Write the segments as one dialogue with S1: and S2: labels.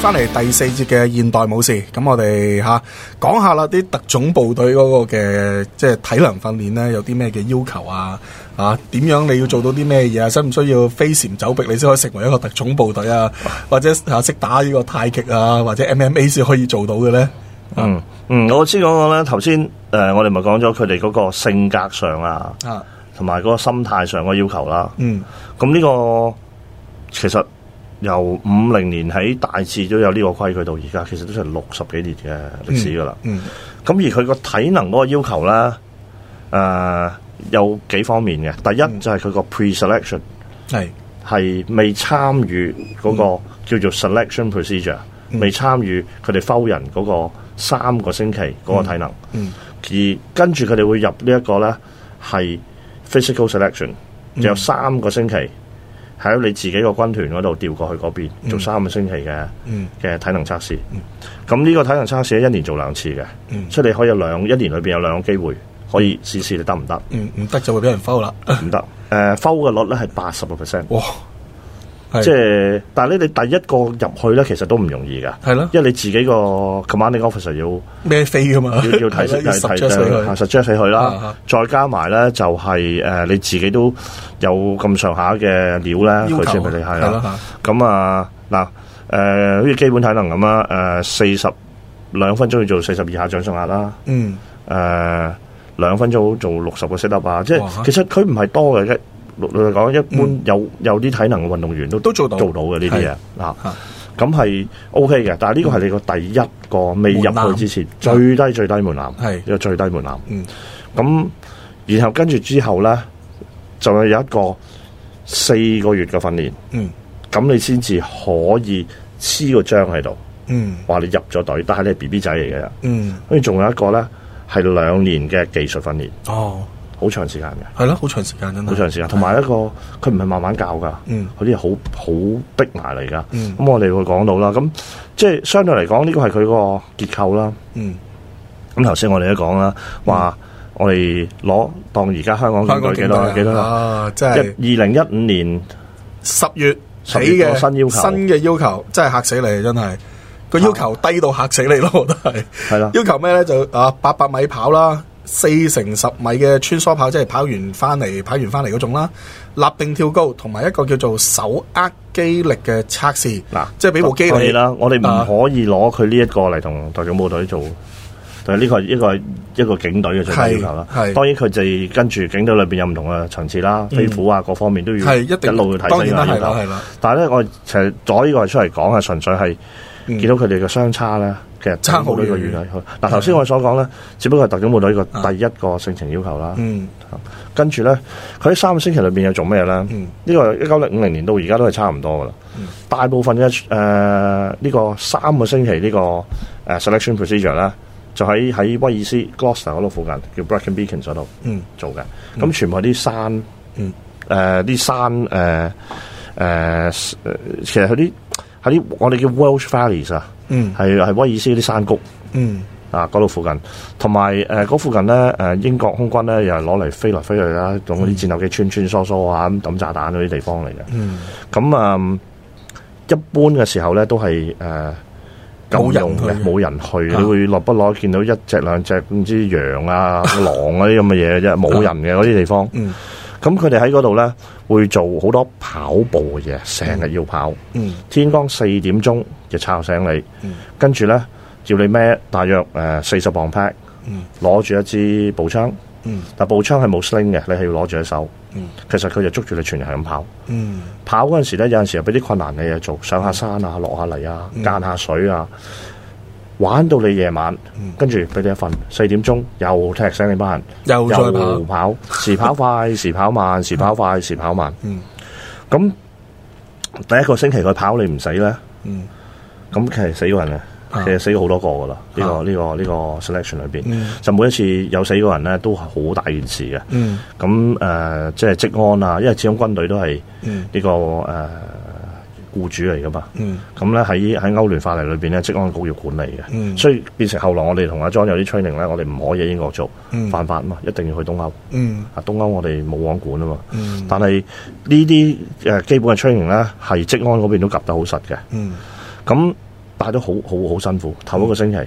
S1: 翻嚟第四節嘅現代武士，咁我哋吓講下啦，啲特種部隊嗰個嘅即係體能訓練咧，有啲咩嘅要求啊？啊，點樣你要做到啲咩嘢啊？需唔需要飛檐走壁你先可以成為一個特種部隊啊？或者啊識打呢個太極啊，或者 MMA 先可以做到嘅咧？
S2: 嗯嗯，我先講講咧，頭先誒，我哋咪講咗佢哋嗰個性格上啊，
S1: 啊，
S2: 同埋嗰個心態上嘅要求啦。
S1: 嗯，
S2: 咁呢個其實由五零年喺大致都有呢個規矩到而家，其實都成六十幾年嘅歷史噶啦。
S1: 嗯，
S2: 咁、而佢個體能嗰個要求咧，誒、有幾方面嘅。第一就係佢個 pre-selection
S1: 係，
S2: 係未參與嗰
S1: 嗯
S2: 個叫做 selection procedure，、未參與佢哋 f 人嗰個三個星期嗰個體能。
S1: 嗯
S2: 而跟住佢哋會入呢一個咧係 physical selection，就
S1: 嗯
S2: 有三個星期喺你自己個軍團嗰度調過去嗰邊做三個星期嘅
S1: 嗯
S2: 嘅體能測試。咁呢個體能測試咧一年做兩次嘅，
S1: 嗯
S2: 所以你可以有兩一年裏邊有兩個機會可以試試你得唔得？
S1: 嗯，唔得就會俾人 foul 啦。
S2: 唔得。誒 f 嘅率咧係八十個 percent，
S1: 哇，係
S2: 即係但係咧你第一個入去咧其實都唔容易噶，
S1: 係咯，
S2: 因為你自己個 commanding officer 要。
S1: 孭飛噶嘛，
S2: 要要提
S1: 係
S2: 升
S1: 咯要
S2: 提提
S1: suggest 俾佢
S2: 實 j 死佢
S1: 啊
S2: 啦
S1: 啊，
S2: 再加埋咧就係誒你自己都有咁上下嘅料咧，
S1: 要
S2: 佢
S1: 求啊
S2: 先俾你係
S1: 係
S2: 啦。
S1: 啦
S2: 咁啊嗱誒，好似基本體能咁啦，誒四十兩分鐘要做四十二下掌上壓啦，
S1: 嗯，
S2: 誒兩呃分鐘做六十個 set up 啊，即
S1: 哇嗯
S2: 係其實佢唔係多嘅啫。老老實講，一般有有啲體能嘅運動員都
S1: 都做到
S2: 做到嘅呢啲嘢啊
S1: 嚇。
S2: 咁係 O K 嘅，但係呢個係你個第一個未入去之前最低最低門檻，
S1: 係
S2: 呢個最低門檻。
S1: 嗯，
S2: 咁然後跟住之後咧，就係有一個四個月嘅訓練，
S1: 嗯，
S2: 咁你先至可以黐個章喺度，
S1: 嗯，
S2: 話你入咗隊，但係你係 B B 仔嚟嘅。
S1: 嗯，
S2: 跟住仲有一個咧係兩年嘅技術訓練，
S1: 哦，
S2: 好長時間嘅。
S1: 係咯，好長時間真係，
S2: 好長時間，同埋一個佢唔係慢慢教噶，
S1: 嗯
S2: 佢啲嘢好好逼埋嚟噶。咁、
S1: 嗯
S2: 我哋會講到啦。咁即係相對嚟講，呢個係佢個結構啦。
S1: 嗯，
S2: 咁頭先我哋都講啦，話我哋攞當而家香港
S1: 香
S2: 警
S1: 港
S2: 隊幾
S1: 警
S2: 多
S1: 隊
S2: 幾多
S1: 啊，真係
S2: 一二零一五年
S1: 十月起
S2: 十月
S1: 嘅
S2: 個新要求
S1: 新嘅要求真係嚇死你，真係個要求低到嚇死你咯，我覺得係。
S2: 係啦，
S1: 要求咩咧？就啊八百米跑啦，四乘十米嘅穿梭跑，即係跑完翻嚟，跑完翻嚟嗰種啦。立定跳高，同埋一個叫做手握肌力嘅測試。
S2: 嗱，
S1: 即係俾部機
S2: 當
S1: 你
S2: 然啦，我哋
S1: 啊
S2: 唔可以攞佢呢一個嚟同特種部隊做。但係呢個係一個一個警隊嘅最低要求啦
S1: 係係。嗯
S2: 當然佢哋跟住警隊裏邊有唔同嘅層次啦，飛虎啊各方面都要
S1: 係一
S2: 一
S1: 定
S2: 路去提
S1: 當
S2: 升
S1: 然啦，
S2: 嘅要
S1: 係啦，
S2: 求
S1: 係。啦，
S2: 但係咧，我其實攞呢個出嚟講係啊純粹係
S1: 嗯
S2: 見到佢哋嘅相差咧，其實
S1: 差好
S2: 呢個
S1: 遠
S2: 遠啊！嗱，頭先我所講咧，只不過係特種部隊個第一個性情要求啦。
S1: 啊嗯
S2: 跟住咧，佢喺三個星期裏邊又做咩咧？呢、
S1: 嗯
S2: 個一九零五零年到而家都係差唔多噶啦。大部分嘅誒呢個三個星期呢、個誒、呃 selection procedure 咧，就喺喺威爾斯 Gloucester 嗰度附近叫 Brecon Beacons 嗰度
S1: 嗯
S2: 做嘅。咁、全部係啲山，誒啲、
S1: 嗯
S2: 山誒誒、呃其實佢啲喺啲我哋叫 Welsh Valleys 啊，
S1: 嗯
S2: 係係威爾斯嗰啲山谷。
S1: 嗯
S2: 啊嗰度附近，同埋誒嗰附近咧，誒、英國空軍咧又係攞嚟飛來飛去啦，用嗰啲戰鬥機穿穿梭梭啊，咁抌炸彈嗰啲地方嚟嘅。
S1: 嗯，
S2: 咁啊、嗯一般嘅時候咧都係誒禁用
S1: 冇人
S2: 嘅，
S1: 去
S2: 冇人去，
S1: 啊
S2: 你會落不落見到一隻兩隻唔知羊 啊、狼嗰啲咁嘅嘢嘅啫，冇人嘅嗰啲地方。
S1: 嗯
S2: 咁佢哋喺嗰度咧會做好多跑步嘅嘢，成日要跑。
S1: 嗯
S2: 天光四點鐘就吵醒你，
S1: 嗯
S2: 跟住咧叫你孭大約誒四十磅 pack，
S1: 嗯
S2: 攞住一支步槍，
S1: 嗯
S2: 但步槍係冇 sling 嘅，你係要攞住喺手。
S1: 嗯
S2: 其實佢就捉住你全日係咁跑，
S1: 嗯
S2: 跑嗰陣時咧有陣時又俾啲困難你啊做，上下山啊，落下嚟啊，
S1: 嗯
S2: 間下水啊，玩到你夜晚，
S1: 嗯
S2: 跟住俾你一瞓，四點鐘又踢醒你班人，
S1: 又再跑
S2: 跑，時 跑快，時跑慢，時跑快，時跑慢。
S1: 嗯
S2: 咁第一個星期佢跑你唔死咧？
S1: 嗯
S2: 咁其實死過人
S1: 啊
S2: 嘅，其實死過好多個噶啦。呢、
S1: 啊
S2: 個呢、個呢、個 selection 裏邊，
S1: 嗯
S2: 就每一次有死過人咧，都係好大件事嘅。
S1: 嗯
S2: 咁誒、呃即係職安啊，因為始終軍隊都係呢、
S1: 嗯
S2: 個誒、呃、僱主嚟噶嘛。
S1: 嗯
S2: 咁咧喺喺歐聯法例裏邊咧，職安局要管理嘅，
S1: 嗯
S2: 所以變成後來我哋同阿莊有啲 training 咧，我哋唔可以喺英國做，
S1: 嗯
S2: 犯法啊嘛，一定要去東歐。
S1: 嗯
S2: 啊，東歐我哋冇網管啊嘛，
S1: 嗯
S2: 但係呃呢啲誒基本嘅 training 咧，係職安嗰邊都及得好實嘅。
S1: 嗯
S2: 咁帶得好好好辛苦，頭一個星期，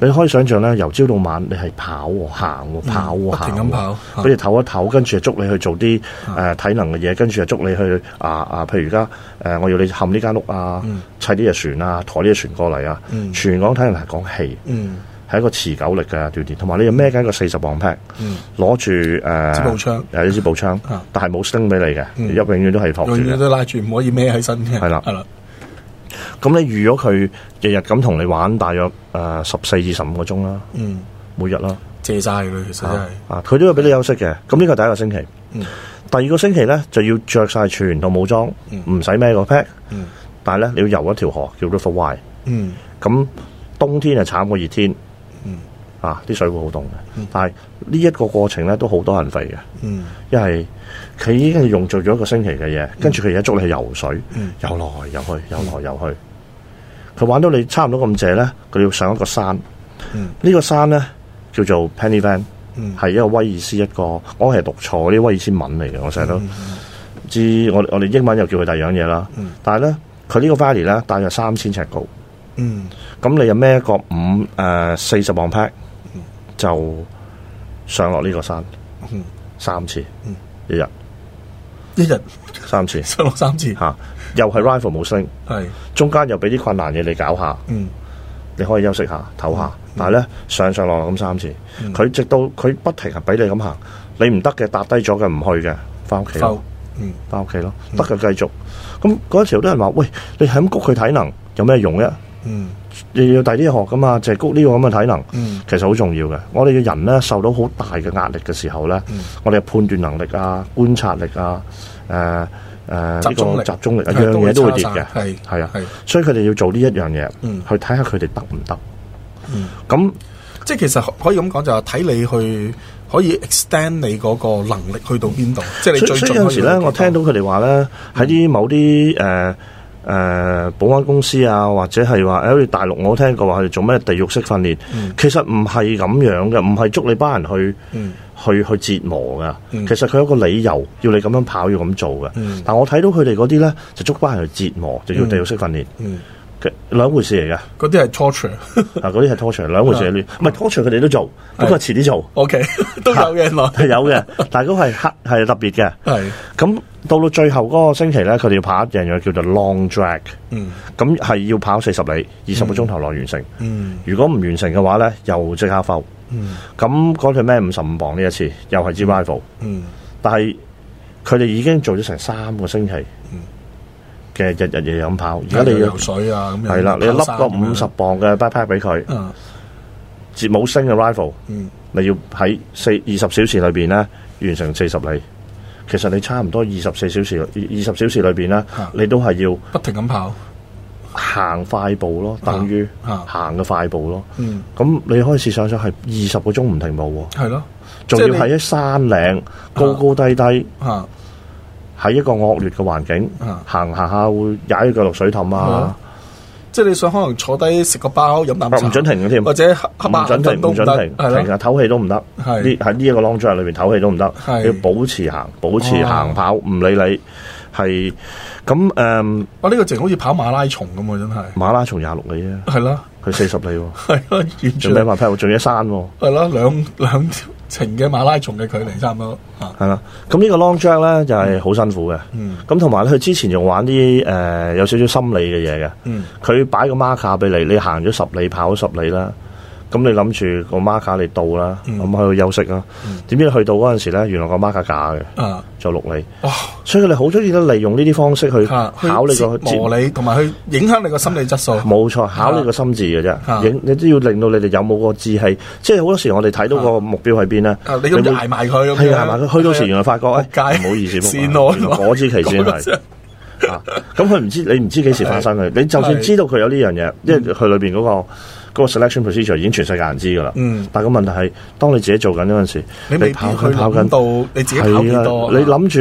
S2: 你可以想象咧，由朝到晚你係跑喎、行喎、跑啊喎、
S1: 嗯不停咁
S2: 行喎
S1: 跑啊嚇
S2: 跟住唞一唞，跟住就捉你去做啲誒、
S1: 啊
S2: 呃體能嘅嘢，跟住就捉你去啊
S1: 嗯
S2: 啊，譬如而家誒我要你冚呢間屋啊，砌呢隻船啊，抬呢隻船過嚟啊，全港體能係講氣，
S1: 嗯
S2: 係一個持久力嘅鍛鍊，同埋你要孭緊一個四十磅 pack，
S1: 嗯，
S2: 攞住誒
S1: 支步槍
S2: 有一支步槍
S1: 啊，
S2: 但係冇 sling 俾你嘅，
S1: 嗯
S2: 一永遠都係托
S1: 永
S2: 啊住
S1: 遠
S2: 嘅。
S1: 都拉住，唔可以孭喺身嘅。
S2: 係啦
S1: 係啦，
S2: 咁你預咗佢日日咁同你玩，大約誒十四至十五個鐘啦，
S1: 嗯，
S2: 每日啦。
S1: 借晒佢其實真係，
S2: 啊，佢都有俾你休息嘅。咁呢個係第一個星期，
S1: 嗯
S2: 第二個星期咧就要着晒全套武裝，
S1: 嗯
S2: 唔使孭個 pack，
S1: 嗯
S2: 但係咧你要游一條河叫 River Y。
S1: 嗯
S2: 咁冬天係慘過熱天，
S1: 嗯
S2: 啊啲水會好凍嘅。但係呢一個過程咧都好多人肥嘅，
S1: 嗯
S2: 因為佢已經係用做咗一個星期嘅嘢，跟住佢而家捉你去游水，
S1: 嗯
S2: 游來游去，游來游去。佢玩到你差唔多咁謝咧，佢要上一個山。
S1: 嗯
S2: 呢個山咧叫做 Penny Van。
S1: 嗯，
S2: 係一個威爾斯一個，我係讀錯啲威爾斯文嚟嘅，我成日都知我我哋英文又叫佢第二樣嘢啦。
S1: 嗯
S2: 但係咧，佢呢個 valley 咧大約三千尺高，
S1: 嗯
S2: 咁你又孭一個五誒四十磅 pack 就上落呢個山
S1: 嗯，
S2: 三次
S1: 嗯，
S2: 一日
S1: 一日
S2: 三次
S1: 上落三次，
S2: 嚇、又係 rifle 冇升，
S1: 係
S2: 中間又俾啲困難嘢你搞下，
S1: 嗯
S2: 你可以休息下唞下，但係咧上上落落咁三次，
S1: 嗯
S2: 佢、直到佢不停係俾你咁行，你唔得嘅搭低咗嘅唔去嘅，翻屋企咯
S1: 浮，嗯
S2: 翻屋企咯，得嘅繼續。咁嗰陣時有啲人話：喂，你係咁谷佢體能有咩用啫？
S1: 嗯
S2: 你要第啲學噶嘛，就係谷呢個咁嘅體能，
S1: 嗯
S2: 其實好重要嘅。我哋嘅人咧受到好大嘅壓力嘅時候咧，
S1: 嗯
S2: 我哋嘅判斷能力啊、觀察力啊、誒誒
S1: 集
S2: 呢
S1: 中
S2: 個
S1: 力
S2: 集中力啊，
S1: 係
S2: 樣嘢都會跌
S1: 都會
S2: 嘅
S1: 差曬係，
S2: 係啊
S1: 係，
S2: 所以佢哋要做呢一樣嘢，
S1: 嗯
S2: 去睇下佢哋得唔得
S1: 嗯。
S2: 咁
S1: 即係其實可以咁講，就係睇你去可以 extend 你嗰個能力去到邊度，即係你
S2: 所
S1: 最
S2: 以所以
S1: 盡
S2: 有
S1: 可以
S2: 陣時
S1: 去
S2: 咧，
S1: 到
S2: 我聽到佢哋話咧，喺
S1: 嗯
S2: 啲某啲誒誒保安公司啊，或者係話誒好似大陸，我聽過話佢哋做咩地獄式訓練，其實唔係咁樣嘅，唔係捉你班人去。
S1: 嗯
S2: 去去折磨噶，
S1: 嗯
S2: 其實佢有一個理由要你咁樣跑，要咁做嘅。
S1: 嗯
S2: 但我睇到佢哋嗰啲咧，就捉班人去折磨，就叫地獄式訓練，
S1: 嗯，
S2: 嘅兩回事嚟 嘅。
S1: 嗰啲係 torture。
S2: 嗱，嗰啲係拖長兩回
S1: 啊
S2: 事嚟，唔係拖長佢哋都做，不過遲啲做
S1: O K，都 有嘅原來
S2: 係有 嘅，但係嗰個係黑係特別嘅。
S1: 係，
S2: 咁到到最後嗰個星期咧，佢哋要跑一樣嘢叫做 long drag，
S1: 嗯
S2: 咁係要跑四十里，二十個鐘頭內完成。
S1: 嗯
S2: 如果唔完成嘅話咧，又即刻浮。
S1: 嗯
S2: 咁嗰條咩五十五磅呢一次，又係支 rifle，
S1: 嗯
S2: 但係佢哋已經做咗成三個星期
S1: 嗯
S2: 嘅日日夜夜咁跑，而家你要
S1: 游水啊咁樣，
S2: 係啦，你笠
S1: 跑山
S2: 個
S1: 咁樣
S2: 五十磅嘅 backpack 俾佢，
S1: 啊
S2: 接冇升嘅 rifle，
S1: 嗯
S2: 你要喺四二十小時裏邊咧完成四十里。其實你差唔多二十四小時，二十小時裏邊咧
S1: 啊，
S2: 你都係要
S1: 不停咁跑，
S2: 行快步咯，等於
S1: 啊
S2: 行嘅快步咯。
S1: 嗯
S2: 咁你開始想想係二十個鐘唔停步
S1: 係啊咯
S2: 喎，仲要喺一山嶺高高低低，
S1: 啊
S2: 喺一個惡劣嘅環境
S1: 啊
S2: 行行下會踩一腳落水氹啊
S1: 啊，即係你想可能坐低食個包飲
S2: 啊
S1: 啖茶，
S2: 唔准停嘅添，
S1: 或者黑黑
S2: 唔
S1: 馬
S2: 准停，
S1: 都
S2: 唔
S1: 唔得
S2: 准停，，
S1: 係
S2: 停
S1: 咯
S2: 啊唞氣都唔得。
S1: 係
S2: 呢喺呢一個 long drive 裏邊唞氣都唔得，
S1: 係
S2: 你要保持行，保持
S1: 哦
S2: 行跑，唔理你係咁誒
S1: 哇呢個淨好似跑馬拉松咁喎，真係
S2: 馬拉松廿六里啫，
S1: 係啦
S2: 佢四十里 喎，
S1: 係啦，完
S2: 仲咩
S1: 全
S2: 馬匹？仲要一山喎。
S1: 係啦兩兩條程嘅馬拉松嘅距離差唔多啊，
S2: 系啦，咁呢個 long j a c k 咧就係好辛苦嘅。
S1: 嗯
S2: 咁同埋咧，佢之前仲玩啲誒、呃有少少心理嘅嘢嘅。
S1: 嗯
S2: 佢擺個 marker 俾你，你行咗十里，跑咗十里啦。咁你諗住個 marker 你到啦，
S1: 嗯
S2: 咁喺度休息啦。點知去到嗰陣時咧，原來個 marker 假嘅，
S1: 啊
S2: 就六里。
S1: 哇！
S2: 所以佢哋好中意咧利用呢啲方式去
S1: 啊去
S2: 考你
S1: 折
S2: 個
S1: 磨你，同埋去影響你個心理質素。
S2: 冇錯，考你個心智嘅
S1: 啊
S2: 啫。影你都要令到你哋有冇個志氣。即係好多時我哋睇到個目標喺邊咧
S1: 啊，，你咁就
S2: 會
S1: 捱埋佢咁樣，
S2: 係啊，係咪？佢去到時原來發覺，誒
S1: 仆街
S2: 唔好意思，
S1: 善惡
S2: 仆街原來我知其先係啊。咁佢唔知你唔知幾時發生嘅，你就算
S1: 係嗯
S2: 知道佢有呢樣嘢，因為佢裏邊嗰個嗰個 selection procedure 已經全世界人知㗎啦。
S1: 嗯
S2: 但係個問題係，當你自己做緊嗰陣時，
S1: 你未必
S2: 跑
S1: 去
S2: 緊跑緊
S1: 諗，到你自己跑幾
S2: 係
S1: 多
S2: 啊，
S1: 啊。
S2: 你諗住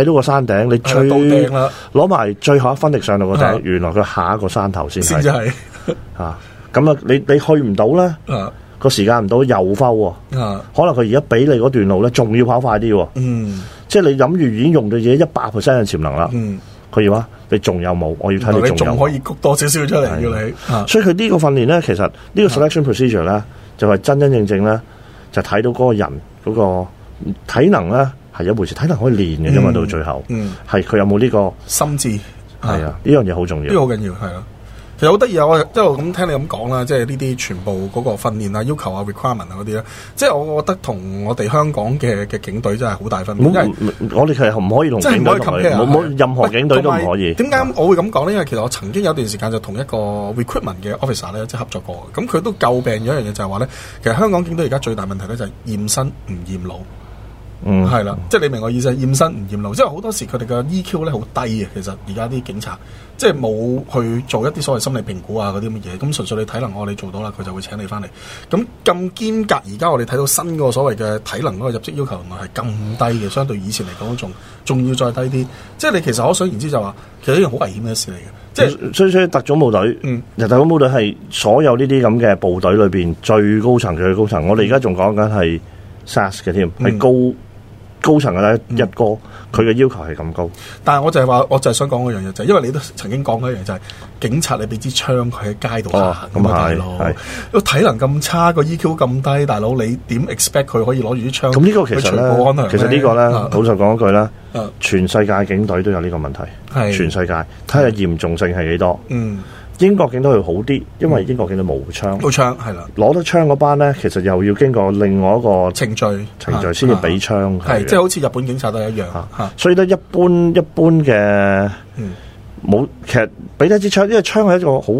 S2: 睇到個山頂，
S1: 係
S2: 你
S1: 啊
S2: 最
S1: 到頂啦
S2: 攞埋最後一分力上到個
S1: 啊
S2: 頂，原來佢下一個山頭先
S1: 先至
S2: 係
S1: 係
S2: 啊。咁啊，你你去唔到咧，
S1: 啊
S2: 個時間唔到又摟喎。
S1: 啊
S2: 可能佢而家俾你嗰段路咧，仲要跑快啲喎。
S1: 嗯
S2: 即係你諗住已經用到自己一百 percent 嘅潛能啦，
S1: 嗯
S2: 佢、佢要啊，你仲有冇？我要睇
S1: 原來
S2: 你
S1: 你
S2: 仲有
S1: 仲
S2: 冇
S1: 可以。谷多少少出嚟要你啊，
S2: 所以佢呢個訓練咧，其實呢個 selection procedure 咧，就係真真正正咧，就睇到嗰個人嗰、個體能咧係一回事，體能可以練嘅啫嘛，
S1: 嗯
S2: 到最後
S1: 嗯，
S2: 係佢有冇呢、個
S1: 心智
S2: 係啊？呢樣嘢好重
S1: 呢個
S2: 要。
S1: 好緊要，係啊。其實好得意啊！我一路咁聽你咁講啦，即係呢啲全部嗰個訓練啊、要求啊、requirement 啊嗰啲咧，即係我覺得同我哋香港嘅嘅警隊真係好大分別，因為
S2: 冇我哋其實唔可以同
S1: 真係
S2: 警
S1: 唔
S2: 隊
S1: 可以
S2: 同
S1: compare
S2: 佢
S1: 啊。
S2: 冇冇任何
S1: 喂
S2: 警隊都
S1: 同埋
S2: 唔可以。
S1: 點解我會咁講呢？因為其實我曾經有段時間就同一個 recruitment 嘅 officer 咧，即係合作過嘅。咁佢都詬病咗一樣嘢，就係話咧，其實香港警隊而家最大問題咧就係驗身唔驗腦。
S2: 嗯
S1: 係啦，即係你明我意思，驗身唔驗路，即係好多時佢哋嘅 EQ 咧好低嘅。其實而家啲警察即係冇去做一啲所謂心理評估啊嗰啲乜嘢，咁純粹你體能我你做到啦，佢就會請你翻嚟。咁咁兼格，而家我哋睇到新個所謂嘅體能嗰個入職要求原來係咁低嘅，相對以前嚟講仲仲要再低啲。即係你其實可想而知就話，其實一樣好危險嘅事嚟嘅，即係
S2: 所以所以特種部隊，
S1: 嗯
S2: 特種部隊係所有呢啲咁嘅部隊裏邊最高層最高層。我哋而家仲講緊係 SAS 嘅添，係
S1: 嗯
S2: 高高層嘅一一哥，佢嘅要求係咁高。
S1: 但係我就係話，我就係想講嗰樣嘢，就係因為你都曾經講嗰樣嘢，就係警察你俾支槍佢喺街度
S2: 哦
S1: 行㗎嘛，
S2: 咁係
S1: 大佬
S2: 係
S1: 個體能咁差，個 EQ 咁低，大佬你點 expect 佢可以攞住啲槍？
S2: 咁呢個其
S1: 去
S2: 實
S1: 除保安
S2: 咧，
S1: 良
S2: 其實呢個咧，
S1: 啊
S2: 老實講一句啦，
S1: 啊
S2: 全世界警隊都有呢個問題，
S1: 係
S2: 全世界睇下嚴重性係幾多。
S1: 嗯
S2: 英國警隊會好啲，因為英國警隊冇槍，
S1: 冇槍係啦，
S2: 攞得槍嗰班咧，其實又要經過另外一個
S1: 程序
S2: 程序先至俾
S1: 啊
S2: 槍佢
S1: 係
S2: 嘅
S1: 即係好似日本警察都係一樣
S2: 啊
S1: 嚇，
S2: 所以咧一般一般嘅
S1: 嗯
S2: 冇，其實俾得支槍，因為槍係一個好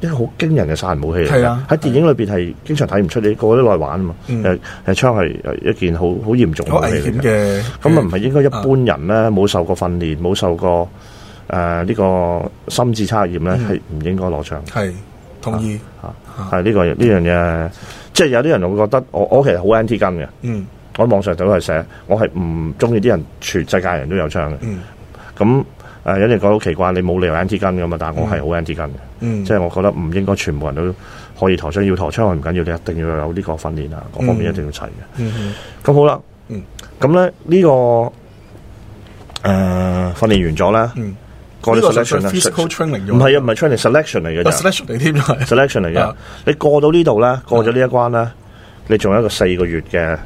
S2: 一個好驚人嘅殺人武器嚟
S1: 係
S2: 嘅
S1: 啊。
S2: 喺電影裏邊係經常睇唔出，你個個都攞嚟玩啊嘛。
S1: 嗯
S2: 誒誒，槍係誒一件好好嚴重
S1: 好
S2: 嘅武
S1: 危
S2: 器
S1: 險
S2: 嚟嘅。
S1: 嘅嗯
S2: 咁啊，唔係應該一般人咧冇受過訓練，冇受過誒呢個心智測驗咧，
S1: 嗯
S2: 係唔應該攞槍。
S1: 係同意
S2: 啊
S1: 啊
S2: 係呢個呢樣嘢，即係有啲人會覺得我我其實好 anti 跟嘅。
S1: 嗯
S2: 我喺網上都係寫，我係唔中意啲人全世界人都有槍嘅。
S1: 嗯
S2: 咁誒、呃有啲人覺得好奇怪，你冇理由 anti 跟噶嘛，但係我係好 anti 跟嘅，
S1: 嗯
S2: 即係我覺得唔應該全部人都可以陀槍，要陀槍我唔緊要，你一定要有呢個訓練啊，各方面一定要齊嘅。
S1: 嗯
S2: 咁、好啦，
S1: 嗯
S2: 咁咧呢個誒、呃、訓練完咗啦，
S1: 嗯，
S2: 過
S1: 呢
S2: 咗
S1: 個就
S2: selection
S1: 係
S2: 啦
S1: physical training
S2: 唔係啊，唔係 training selection 嚟嘅
S1: 啊
S2: 啫
S1: ，selection 嚟添係
S2: ，selection 嚟嘅
S1: 啊。
S2: 你過到呢度咧，過咗呢一關咧，你仲有一個四個月嘅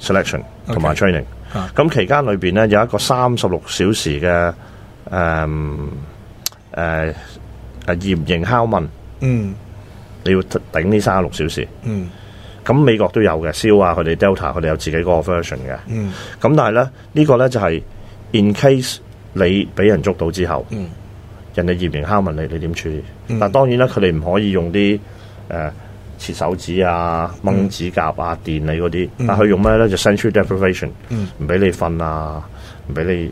S2: selection 同埋
S1: OK
S2: training。
S1: 啊
S2: 咁期間裏邊咧有一個三十六小時嘅誒誒誒嚴刑拷問，
S1: 嗯
S2: 你要頂呢三十六小時。
S1: 嗯
S2: 咁美國都有嘅，燒啊佢哋 Delta 佢哋有自己嗰個 version 嘅。咁
S1: 嗯
S2: 但係咧呢、個咧就係、in case 你俾人捉到之後，
S1: 嗯。
S2: 人哋嚴刑拷問你，你點處理？
S1: 嗯
S2: 但當然啦，佢哋唔可以用啲誒、呃切手指啊、
S1: 嗯
S2: 掹指甲啊、電你嗰啲，但佢用咩咧？就 sensory deprivation，
S1: 嗯
S2: 唔俾、你瞓啊，唔俾你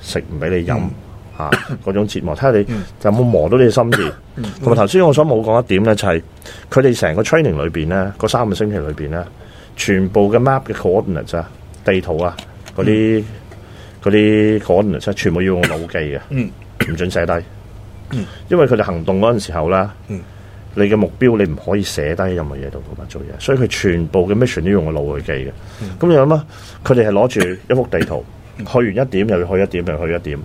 S2: 食，唔俾你飲。
S1: 嗯
S2: 啊！嗰種折磨，睇下你有冇磨到你嘅心智。
S1: 嗯
S2: 同埋頭先我所冇講一點咧，就係佢哋成個 training 裏邊咧，嗰三個星期裏邊咧，全部嘅 map 嘅 coordinates 啊、地圖啊、嗰啲嗰啲 coordinates 啊全部要用腦記嘅。
S1: 嗯
S2: 唔准寫低，因為佢哋行動嗰陣時候咧，
S1: 嗯
S2: 你嘅目標你唔可以寫低任何嘢度咁樣做嘢，所以佢全部嘅 mission 都用個腦去記嘅。
S1: 嗯
S2: 咁、你諗啊，佢哋係攞住一幅地圖，去完一點又要去一點，又要去一點，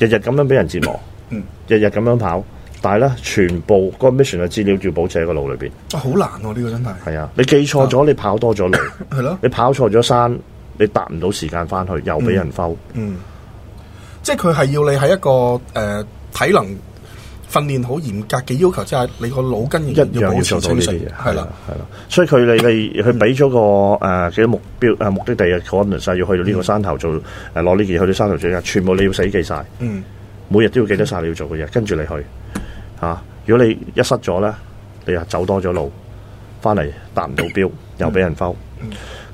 S2: 日日咁樣俾人折磨，
S1: 嗯
S2: 日日咁樣跑，但係咧全部嗰個 mission 嘅資料要保持喺個腦裏邊。
S1: 哇啊好難喎、呢、個真係
S2: 係啊，你記錯咗，你跑多咗路，
S1: 係咯，
S2: 你跑錯咗山，你搭唔到時間翻去，又俾人摟。
S1: 嗯，即係佢係要你喺一個誒、呃、體能訓練好嚴格嘅要求之下，你個腦筋
S2: 一
S1: 仍然要
S2: 樣要
S1: 保
S2: 做
S1: 持
S2: 到呢
S1: 清
S2: 啲
S1: 醒
S2: 嘢，，
S1: 係啦，，
S2: 係啊啦。所以佢哋哋佢俾咗個誒幾多目標誒目的地嘅 coordinates 要去到呢個山頭做誒呃攞呢件嘢去到山頭做嘢，全部你要死記晒，
S1: 嗯
S2: 每日都要記得晒你要做嘅嘢，跟住你去嚇。如果你一失咗咧，你又走多咗路，翻嚟達唔到標，又俾人摟。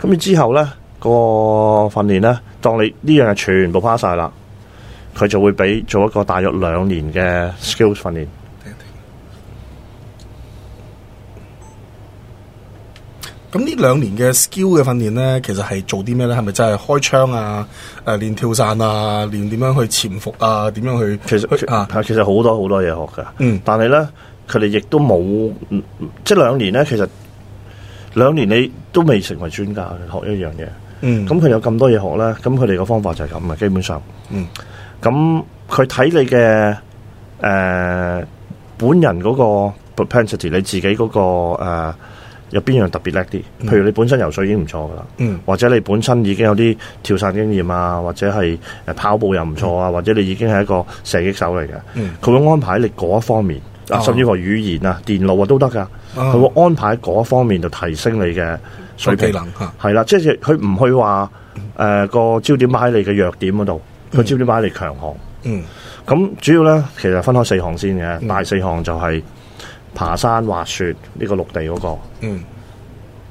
S2: 咁你之後咧個訓練咧，當你呢樣嘢全部 pass 晒啦，佢就會俾做一個大約兩年嘅 skills 訓練。
S1: 停一停咁呢兩年嘅 skill 嘅訓練咧，其實係做啲咩咧？係咪真係開槍啊？誒、練跳傘啊？練點樣去潛伏啊？點樣去
S2: 其實
S1: 去啊？
S2: 係其實好多好多嘢學㗎，
S1: 嗯
S2: 但係咧佢哋亦都冇，嗯即係兩年咧，其實兩年你都未成為專家嘅學一樣嘢。
S1: 嗯
S2: 咁佢有咁多嘢學咧，咁佢哋嘅方法就係咁嘅，基本上。
S1: 嗯
S2: 咁佢睇你嘅誒、呃本人嗰個 propensity，你自己嗰、個、呃、有邊樣特別叻啲？譬如你本身游水已經唔錯噶啦，
S1: 嗯
S2: 或者你本身已經有啲跳傘經驗啊，或者係誒跑步又唔錯啊，或者你已經係一個射擊手嚟嘅，佢、
S1: 嗯
S2: 會安排你嗰一方面。啊，
S1: 哦
S2: 甚至乎語言啊、電腦啊都得噶，佢、
S1: 哦
S2: 會安排嗰一方面就提升你嘅水
S1: 技
S2: 平。
S1: 能啊吓，
S2: 係啦，即係佢唔去話誒個焦點擺喺你嘅弱點嗰度，佢焦點擺喺你強項。
S1: 嗯
S2: 咁主要咧，其實分開四項先嘅，
S1: 嗯
S2: 大四項就係爬山、滑雪呢、個陸地嗰、個，
S1: 嗯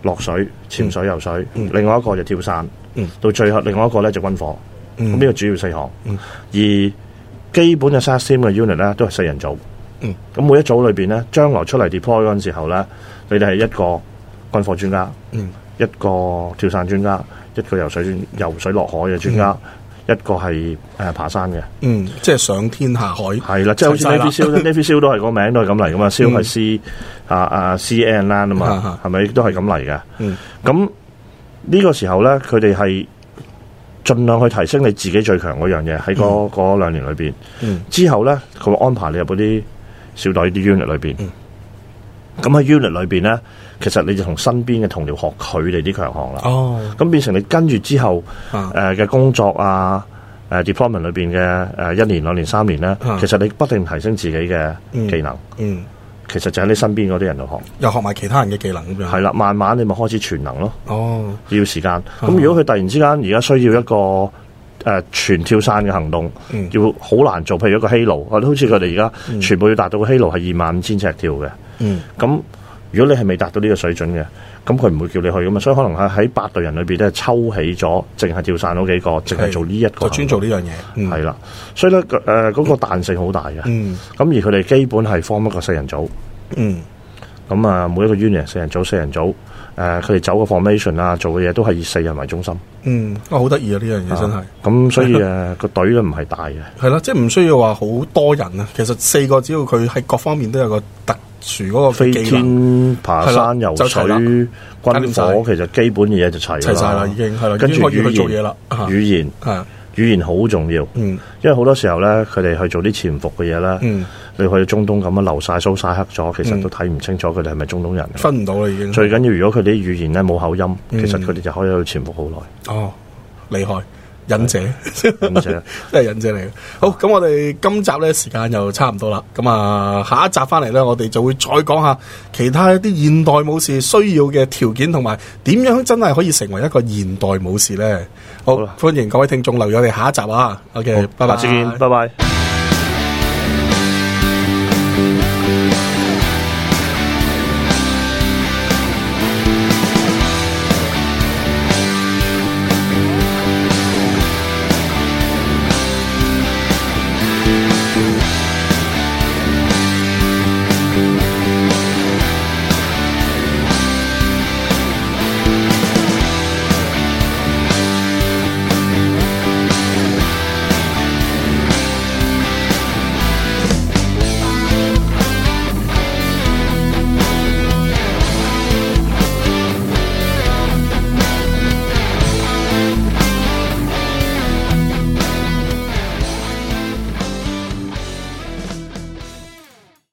S2: 落水、潛水、游水，
S1: 嗯
S2: 另外一個就跳傘，
S1: 嗯
S2: 到最後另外一個咧就軍火。咁
S1: 嗯
S2: 呢、個主要四項，
S1: 嗯
S2: 而基本嘅 SAS team 嘅 unit 咧都係四人組。
S1: 嗯
S2: 咁每一組裏邊咧，將來出嚟 deploy 嗰陣時候咧，你哋係一個軍火專家，
S1: 嗯
S2: 一個跳傘專家，一個游水專游水落海嘅專家，一個係誒、呃爬山嘅。
S1: 嗯，即係上天下海，
S2: 係啦，即係好似
S1: 齊晒啦嗯
S2: Navy SEAL 咧 Navy SEAL 都係個名都係咁嚟噶嘛，SEAL 係 C 啊啊 C N 啦咁
S1: 啊啊
S2: 嘛，係咪都係咁嚟嘅？
S1: 嗯
S2: 咁呢個時候咧，佢哋係盡量去提升你自己最強嗰樣嘢喺嗰嗰兩年裏邊。
S1: 嗯
S2: 之後咧，佢會安排你入嗰啲小隊啲 unit 裏邊。
S1: 嗯
S2: 咁喺 unit 裏邊咧，其實你就同身邊嘅同僚學佢哋啲強項啦。
S1: 哦
S2: 咁變成你跟住之後
S1: 啊
S2: 誒呃嘅、工作啊，誒、deployment 裏邊嘅誒一年、兩年、三年咧，
S1: 啊
S2: 其實你不斷提升自己嘅
S1: 嗯
S2: 技能，
S1: 嗯，
S2: 其實就喺你身邊嗰啲人度學，
S1: 又學埋其他人嘅技能咁樣，
S2: 係啦，慢慢你咪開始全能咯，
S1: 哦
S2: 要時間。咁如果佢突然之間而家需要一個誒、全跳傘嘅行動，
S1: 嗯
S2: 要好難做，譬如一個 Halo，啊好似佢哋而家全部要達到個 Halo 係二萬五千尺跳嘅。
S1: 嗯
S2: 咁如果你係未達到呢個水準嘅，咁佢唔會叫你去噶嘛，所以可能喺喺八隊人裏邊咧抽起咗，淨係跳傘嗰幾個，淨係做呢一個
S1: 就專做呢樣嘢，嗯
S2: 係啦，所以咧誒嗰個彈性好大嘅。咁、
S1: 嗯
S2: 而佢哋基本係 form 一個四人組，
S1: 嗯
S2: 咁啊每一個 unit 四人組四人組，誒佢哋走個 formation 啊，做嘅嘢都係以四人為中心。
S1: 嗯，啊好得意啊呢樣嘢真係
S2: 啊。咁所以誒 個隊咧唔係大嘅，
S1: 係啦，即係唔需要話好多人啊。其實四個只要佢喺各方面都有個特殊嗰個
S2: 飛
S1: 技能，
S2: 天、爬山、
S1: 係啦
S2: 游
S1: 就
S2: 水、
S1: 齊啦
S2: 軍火，
S1: 搞掂晒
S2: 其實基本嘅嘢就齊
S1: 齊晒啦已經係啦
S2: 跟
S1: 已經可
S2: 住
S1: 以
S2: 語
S1: 去做嘢
S2: 言
S1: 啦啊
S2: 語言。
S1: 係
S2: 語言好重要，
S1: 嗯
S2: 因為好多時候咧，佢哋去做啲潛伏嘅嘢咧，
S1: 嗯
S2: 你去到中東咁樣流晒鬚晒黑咗，其實都睇唔清楚佢哋係咪中東人。
S1: 分唔到啦已經。
S2: 最緊要如果佢哋啲語言咧冇口音，
S1: 嗯
S2: 其實佢哋就可以喺度潛伏好
S1: 哦，厲害，忍 者。
S2: 耐。咁就
S1: 都係忍者嚟嘅。好，咁我哋今集呢時間又差唔多啦。咁啊，下一集翻嚟呢，我哋就會再講下其他一啲現代武士需要嘅條件，同埋點樣真係可以成為一個現代武士呢。好，
S2: 好啦
S1: 歡迎各位聽眾留意我哋下一集啊。OK，拜拜，
S2: 下次見，拜拜。